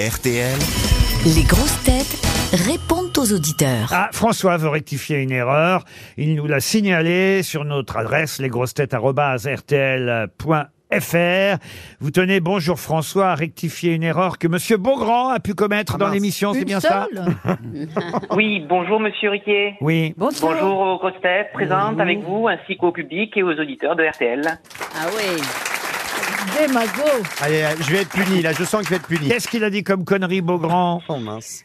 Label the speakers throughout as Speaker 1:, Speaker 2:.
Speaker 1: RTL.
Speaker 2: Les grosses têtes répondent aux auditeurs.
Speaker 3: Ah, François veut rectifier une erreur. Il nous l'a signalé sur notre adresse lesgrossetêtes.rtl.fr. Vous tenez, bonjour François, à rectifier une erreur que Monsieur Beaugrand a pu commettre dans l'émission, c'est bien ça
Speaker 4: Oui, bonjour Monsieur Riquet.
Speaker 3: Oui.
Speaker 4: Bonjour aux grosses têtes présentes avec vous, ainsi qu'au public et aux auditeurs de RTL.
Speaker 5: Ah oui.
Speaker 6: Allez, je vais être puni, là, je sens que je vais être puni.
Speaker 3: Qu'est-ce qu'il a dit comme connerie, Beaugrand
Speaker 6: Oh mince.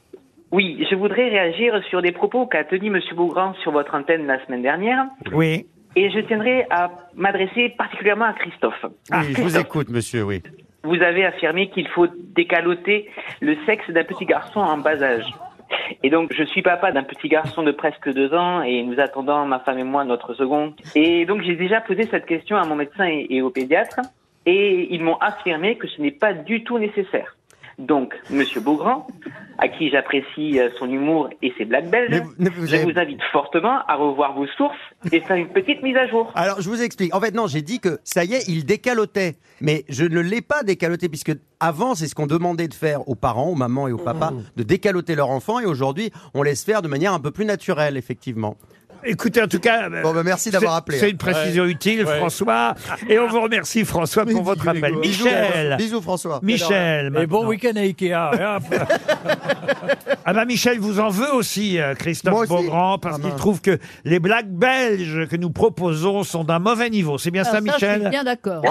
Speaker 4: Oui, je voudrais réagir sur des propos qu'a tenus Monsieur Beaugrand sur votre antenne la semaine dernière,
Speaker 3: Oui.
Speaker 4: et je tiendrai à m'adresser particulièrement à Christophe.
Speaker 6: Oui, Ah, je vous écoute, monsieur, oui.
Speaker 4: Vous avez affirmé qu'il faut décaloter le sexe d'un petit garçon en bas âge. Et donc, je suis papa d'un petit garçon de presque deux ans et nous attendons, ma femme et moi, notre second. Et donc, j'ai déjà posé cette question à mon médecin et, et au pédiatre et ils m'ont affirmé que ce n'est pas du tout nécessaire. Donc, monsieur Beaugrand, à qui j'apprécie euh, son humour et ses blagues belges,
Speaker 6: Mais vous- mais vous
Speaker 4: je
Speaker 6: avez-
Speaker 4: vous invite fortement à revoir vos sources et faire une petite mise à jour.
Speaker 6: Alors, je vous explique. En fait, non, j'ai dit que ça y est, il décalotait. Mais je ne l'ai pas décaloté, puisque avant, c'est ce qu'on demandait de faire aux parents, aux mamans et aux papas, de décaloter leur enfant. Et aujourd'hui, on laisse faire de manière un peu plus naturelle, effectivement.
Speaker 3: Écoutez, en tout cas. euh,
Speaker 6: Bon, bah, merci d'avoir
Speaker 3: c'est-
Speaker 6: appelé.
Speaker 3: C'est une précision utile, François. Et on vous remercie, François, pour votre appel.
Speaker 6: Bisous,
Speaker 3: Michel.
Speaker 6: Bisous, François.
Speaker 3: Michel.
Speaker 7: Et
Speaker 3: maintenant.
Speaker 7: bon week-end à Ikea. et hop.
Speaker 3: Ah bah Michel vous en veut aussi, euh,
Speaker 6: Moi
Speaker 3: Christophe
Speaker 6: aussi.
Speaker 3: Beaugrand, parce
Speaker 6: Ah
Speaker 3: qu'il
Speaker 6: mince.
Speaker 3: trouve que les blagues belges que nous proposons sont d'un mauvais niveau. C'est bien ça, Michel
Speaker 5: bien d'accord.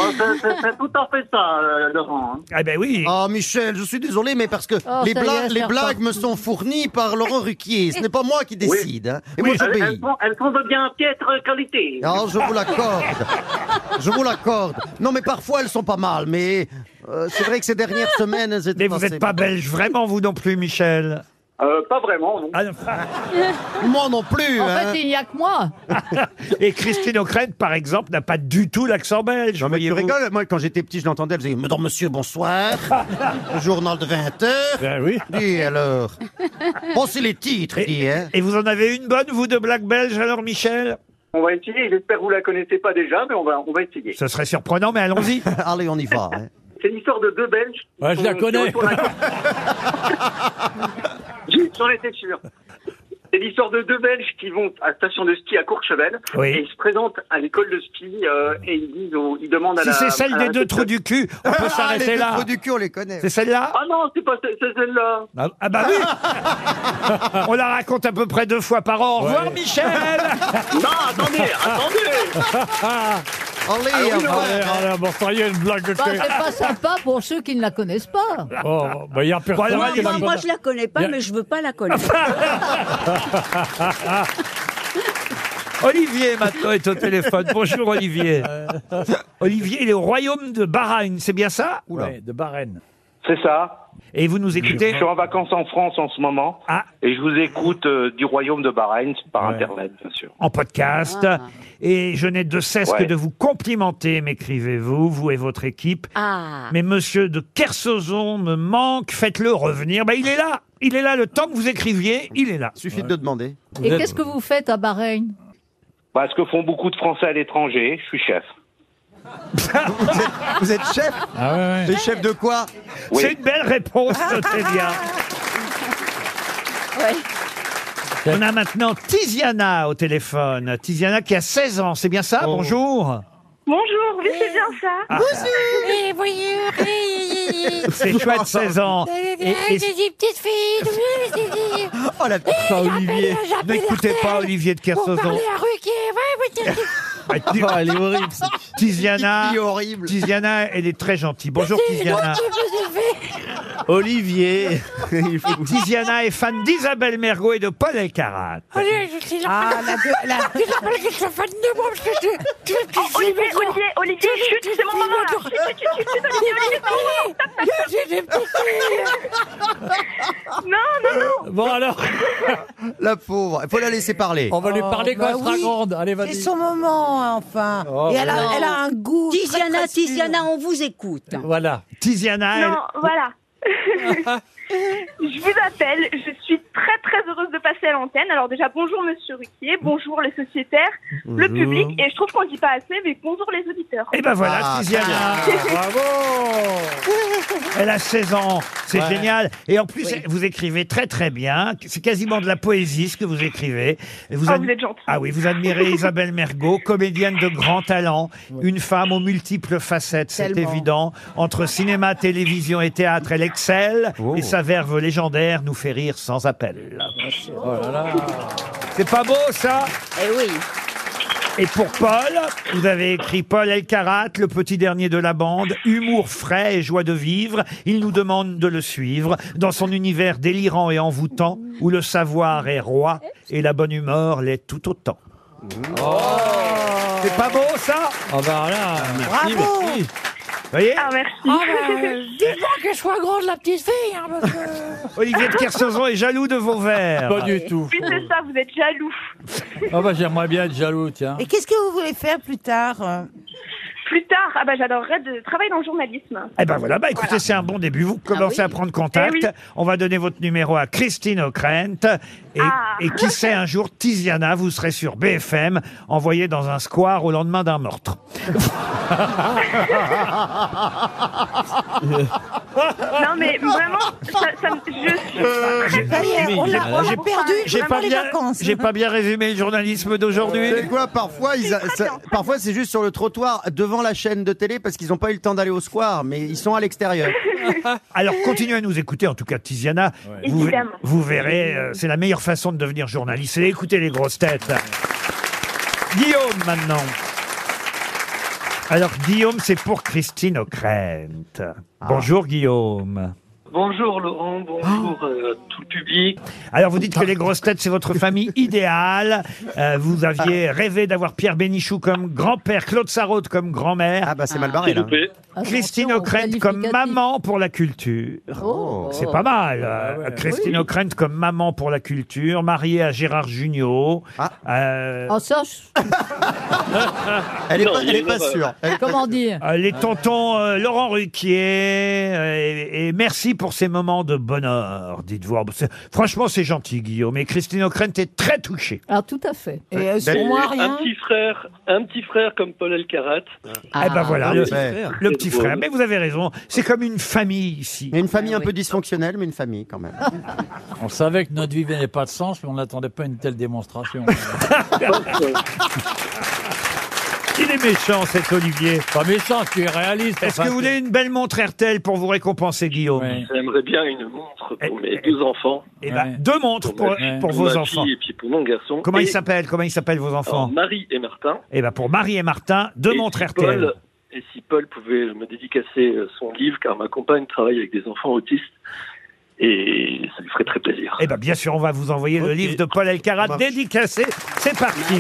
Speaker 4: C'est tout à fait ça, euh, Laurent. hein.
Speaker 3: Ah ben oui.
Speaker 6: Ah Michel, je suis désolé, mais parce que
Speaker 5: Oh,
Speaker 6: les,
Speaker 5: ça y est,
Speaker 6: blagues,
Speaker 5: c'est
Speaker 6: les
Speaker 5: reparti.
Speaker 6: blagues me sont fournies par Laurent Ruquier. Ce n'est pas moi qui décide. hein. Et moi, j'obéis.
Speaker 4: sont de bien piètre qualité.
Speaker 6: Non, je vous l'accorde. Je vous l'accorde. Non, mais parfois elles sont pas mal, mais euh, c'est vrai que ces dernières semaines, elles étaient
Speaker 3: Mais vous
Speaker 6: passées-
Speaker 3: n'êtes pas belge, vraiment, vous non plus, Michel.
Speaker 4: Euh, pas vraiment, non.
Speaker 3: Ah non.
Speaker 6: Moi non plus.
Speaker 5: En
Speaker 6: hein.
Speaker 5: fait, il n'y a que moi.
Speaker 3: Et Christine O'Crête, par exemple, n'a pas du tout l'accent belge.
Speaker 6: Non, mais tu
Speaker 3: voyez-vous.
Speaker 6: rigoles. Moi, quand j'étais petit, je l'entendais. Elle faisait Madame, monsieur, bonsoir. Le journal de 20 heures.
Speaker 7: Ben oui.
Speaker 6: Dis alors. Bon, c'est les titres, dis, hein.
Speaker 3: Et vous en avez une bonne, vous, de blague belge, alors, Michel
Speaker 4: On va essayer, j'espère que vous la connaissez pas déjà, mais on va, on va essayer.
Speaker 3: Ce serait surprenant, mais allons-y.
Speaker 6: Allez, on y va. hein.
Speaker 4: C'est l'histoire de deux Belges.
Speaker 7: Ouais, je la
Speaker 4: qui
Speaker 7: connais.
Speaker 4: retournent à- J'y- J'en étais sûr. C'est l'histoire de deux Belges qui vont à la station de ski à Courchevel
Speaker 3: Oui.
Speaker 4: et ils se présentent à l'école de ski euh, et ils disent, aux- ils demandent à
Speaker 3: Si
Speaker 4: la.
Speaker 3: c'est celle
Speaker 4: à
Speaker 3: des
Speaker 4: la-
Speaker 3: deux trous du cul, on peut
Speaker 6: euh, Ah, les
Speaker 3: s'arrêter
Speaker 6: deux
Speaker 3: là.
Speaker 6: trous du cul, on les connaît.
Speaker 3: C'est celle-là
Speaker 4: Ah non, c'est pas c'est c'est celle-là.
Speaker 3: Ah bah oui On la raconte à peu près deux fois par an. Au revoir, Michel
Speaker 4: Non, attendez, attendez.
Speaker 6: Allez, au revoir.
Speaker 3: oh
Speaker 7: Ah, là, bon, ça y est, une blague de
Speaker 5: Bah, c'est pas sympa pour ceux qui ne la connaissent pas.
Speaker 7: Oh, bah, il y a personne.
Speaker 3: alors,
Speaker 7: qui
Speaker 3: allez-y.
Speaker 7: va-
Speaker 3: Moi,
Speaker 8: je la connais pas,
Speaker 7: Bien.
Speaker 8: mais je veux pas la connaître.
Speaker 3: Olivier maintenant est au téléphone. Bonjour Olivier.
Speaker 5: Euh.
Speaker 3: Olivier, il est au royaume de Bahreïn, c'est bien ça
Speaker 7: Ouais, de Bahreïn.
Speaker 9: C'est ça.
Speaker 3: Et vous nous écoutez
Speaker 9: Je suis en vacances en France en ce moment
Speaker 3: Ah.
Speaker 9: et je vous écoute euh, du royaume de Bahreïn par
Speaker 7: Ouais.
Speaker 9: internet, bien sûr.
Speaker 3: en podcast.
Speaker 5: Ah.
Speaker 3: Et je n'ai de cesse
Speaker 9: Ouais.
Speaker 3: que de vous complimenter, m'écrivez-vous, vous et votre équipe.
Speaker 8: Ah.
Speaker 3: Mais monsieur de Kersozon me manque, faites-le revenir. Ben, il est là Il est là, le temps que vous écriviez, il est là.
Speaker 6: Suffit de demander.
Speaker 5: Et qu'est-ce que vous faites à Bahreïn
Speaker 9: Parce que font beaucoup de Français à l'étranger, je suis chef.
Speaker 6: Vous êtes chef
Speaker 7: Ah ouais, ouais.
Speaker 6: Mais chef de quoi
Speaker 9: Oui.
Speaker 3: C'est une belle réponse, notez bien. On a maintenant Tiziana au téléphone. Tiziana qui a 16 ans, c'est bien ça
Speaker 6: Oh.
Speaker 3: Bonjour.
Speaker 10: Bonjour, oui, c'est bien ça.
Speaker 3: C'est chouette, 16 ans. Et- et-
Speaker 6: Oh la petite Olivier.
Speaker 3: N'écoutez pas Olivier de Kersauzon. Ah,
Speaker 6: Ah, elle est horrible.
Speaker 3: Tiziana,
Speaker 6: Il est horrible.
Speaker 3: Tiziana, elle est très gentille. Bonjour Tiziana.
Speaker 6: Olivier.
Speaker 3: Tiziana est fan d'Isabelle Mergot et de Paul Elkarat. Ah.
Speaker 10: Oh, Olivier, Olivier, Olivier, chut, c'est mon moment là. Chut, chut, chut, chut, Olivier, Olivier, c'est mon moment. Non, non, non.
Speaker 7: Bon, alors,
Speaker 11: Oh,
Speaker 6: La pauvre. Il faut la laisser parler.
Speaker 7: on va lui parler quand elle sera grande. Allez, vas-y.
Speaker 11: bah C'est son moment, hein, enfin.
Speaker 7: Oh,
Speaker 11: Et elle
Speaker 8: voilà.
Speaker 11: a, elle a un goût. très,
Speaker 8: Tiziana,
Speaker 11: très sûr.
Speaker 8: Tiziana, on vous écoute.
Speaker 7: Voilà.
Speaker 3: Tiziana, elle-
Speaker 10: Non, voilà. Je vous appelle, je suis très très heureuse de passer à l'antenne. Alors déjà, bonjour Monsieur Ruquier, bonjour les sociétaires, le public, et je trouve qu'on le dit pas assez, mais bonjour les auditeurs.
Speaker 3: Et ben voilà,
Speaker 6: Ah,
Speaker 3: Tiziana.
Speaker 7: Bravo
Speaker 3: Elle a 16 ans, c'est
Speaker 7: Ouais.
Speaker 3: génial. Et en plus, vous écrivez très très bien. C'est quasiment de la poésie ce que vous écrivez. Et
Speaker 10: Oh,
Speaker 3: admi-
Speaker 10: vous êtes gentil.
Speaker 3: Ah oui, vous admirez Isabelle Mergot, comédienne de grand talent, une femme aux multiples facettes, c'est
Speaker 11: Tellement.
Speaker 3: évident. Entre cinéma, télévision et théâtre, elle excelle et sa verve légendaire nous fait rire sans appel. C'est pas beau ça
Speaker 1: Eh oui.
Speaker 3: et pour Paul, vous avez écrit Paul Elkarat, le petit dernier de la bande, humour frais et joie de vivre. Il nous demande de le suivre dans son univers délirant et envoûtant où le savoir est roi et la bonne humeur l'est tout autant. C'est pas beau ça
Speaker 7: Ah bah là, merci,
Speaker 11: Bravo.
Speaker 7: merci.
Speaker 3: Vous voyez
Speaker 10: Ah merci.
Speaker 1: bah, euh, que je sois grande, la petite fille. Hein, parce que...
Speaker 3: Olivier de Kersauzon est jaloux de vos verres.
Speaker 7: Pas du tout.
Speaker 10: Oui, c'est ça, vous êtes jaloux.
Speaker 7: Ah bah j'aimerais bien être jaloux, tiens.
Speaker 11: Et qu'est-ce que vous voulez faire plus tard euh
Speaker 10: Plus tard, ah bah j'adorerais de travailler dans le journalisme.
Speaker 3: Eh ben voilà, bah écoutez, c'est un bon début. Vous commencez à prendre contact.
Speaker 10: Eh oui.
Speaker 3: On va donner votre numéro à Christine O'Krent. Et,
Speaker 10: Ah.
Speaker 3: et qui sait, un jour, Tiziana, vous serez sur BFM, envoyée dans un square au lendemain d'un meurtre.
Speaker 11: Ah.
Speaker 10: Non mais
Speaker 11: Oh.
Speaker 10: vraiment, ça, ça me- je suis
Speaker 11: Ça y est, on l'a on l'a Euh, perdu
Speaker 3: J'ai
Speaker 11: pendant
Speaker 3: pas,
Speaker 11: Oh, les
Speaker 3: bien-
Speaker 11: vacances.
Speaker 3: j'ai pas bien résumé le journalisme d'aujourd'hui.
Speaker 6: C'est quoi Parfois, ils a-
Speaker 10: Très
Speaker 6: ça-
Speaker 10: bien, très
Speaker 6: parfois c'est juste sur le trottoir devant la chaîne de télé parce qu'ils n'ont pas eu le temps d'aller au square, mais ils sont à l'extérieur.
Speaker 3: Alors continuez à nous écouter, en tout cas Tiziana. Vous,
Speaker 10: Évidemment.
Speaker 3: vous verrez, euh, c'est la meilleure façon de devenir journaliste. C'est écouter les grosses têtes. Guillaume maintenant. Alors Guillaume, c'est pour Christine O'Krent.
Speaker 6: Ah.
Speaker 3: Bonjour Guillaume.
Speaker 9: Bonjour Laurent, bonjour
Speaker 3: Oh.
Speaker 9: euh, tout le public.
Speaker 3: Alors vous dites que les grosses têtes, c'est votre famille idéale. Euh, vous
Speaker 6: Ah.
Speaker 3: aviez rêvé d'avoir Pierre Bénichou comme grand-père, Claude Sarraute comme grand-mère,
Speaker 6: Ah bah c'est mal barré là.
Speaker 5: Ah,
Speaker 3: Christine O'Krent comme maman pour la culture.
Speaker 5: Oh.
Speaker 3: C'est pas mal. euh, Christine O'Krent comme maman pour la culture, mariée à Gérard Jugnot.
Speaker 6: Ah.
Speaker 3: Euh,
Speaker 5: Oh, ça, je-
Speaker 6: Elle est
Speaker 9: Non,
Speaker 6: pas,
Speaker 9: il
Speaker 6: elle
Speaker 9: est
Speaker 6: est pas
Speaker 9: pas-
Speaker 6: sûre. Elle-
Speaker 5: comment dire
Speaker 3: euh, les tontons euh, Laurent Ruquier. euh, et, et merci pour ces moments de bonheur, dites-vous. Oh, C'est- Franchement, c'est gentil, Guillaume. Et Christine O'Krent est très touchée.
Speaker 5: Alors, Ah, tout à fait.
Speaker 11: Et euh,
Speaker 3: ben,
Speaker 11: sur moi, rien.
Speaker 9: frère, un petit frère comme Paul Elkarat.
Speaker 5: Ah.
Speaker 3: eh ben voilà, le,
Speaker 6: Ouais.
Speaker 3: le petit
Speaker 9: C'est drôle.
Speaker 3: frère. Mais vous avez raison, c'est comme une famille ici.
Speaker 6: Mais une famille un peu dysfonctionnelle, mais une famille quand même.
Speaker 7: On savait que notre vie n'avait pas de sens, mais on n'attendait pas une telle démonstration.
Speaker 3: Il est méchant, cet Olivier.
Speaker 7: pas méchant, tu es réaliste.
Speaker 3: Est-ce
Speaker 7: enfin,
Speaker 3: que vous voulez une belle montre RTL pour vous récompenser, Guillaume
Speaker 7: Ouais.
Speaker 9: J'aimerais bien une montre pour
Speaker 3: Eh,
Speaker 9: mes
Speaker 3: eh,
Speaker 9: deux enfants,
Speaker 3: Eh ben,
Speaker 7: Ouais.
Speaker 3: deux montres pour,
Speaker 7: Ouais.
Speaker 3: pour
Speaker 9: pour
Speaker 3: vos
Speaker 9: ma
Speaker 3: enfants.
Speaker 9: fille et puis pour mon garçon.
Speaker 3: Comment
Speaker 9: et,
Speaker 3: ils s'appellent Comment ils s'appellent vos
Speaker 9: alors,
Speaker 3: enfants
Speaker 9: Marie et Martin.
Speaker 3: Eh ben pour Marie et Martin, deux
Speaker 9: Et
Speaker 3: montres
Speaker 9: si
Speaker 3: RTL.
Speaker 9: Paul- et si Paul pouvait me dédicacer euh, son livre, car ma compagne travaille avec des enfants autistes, et ça lui ferait très plaisir.
Speaker 3: Eh ben bien sûr, on va vous envoyer le livre de Paul Elkarat dédicacé. C'est parti.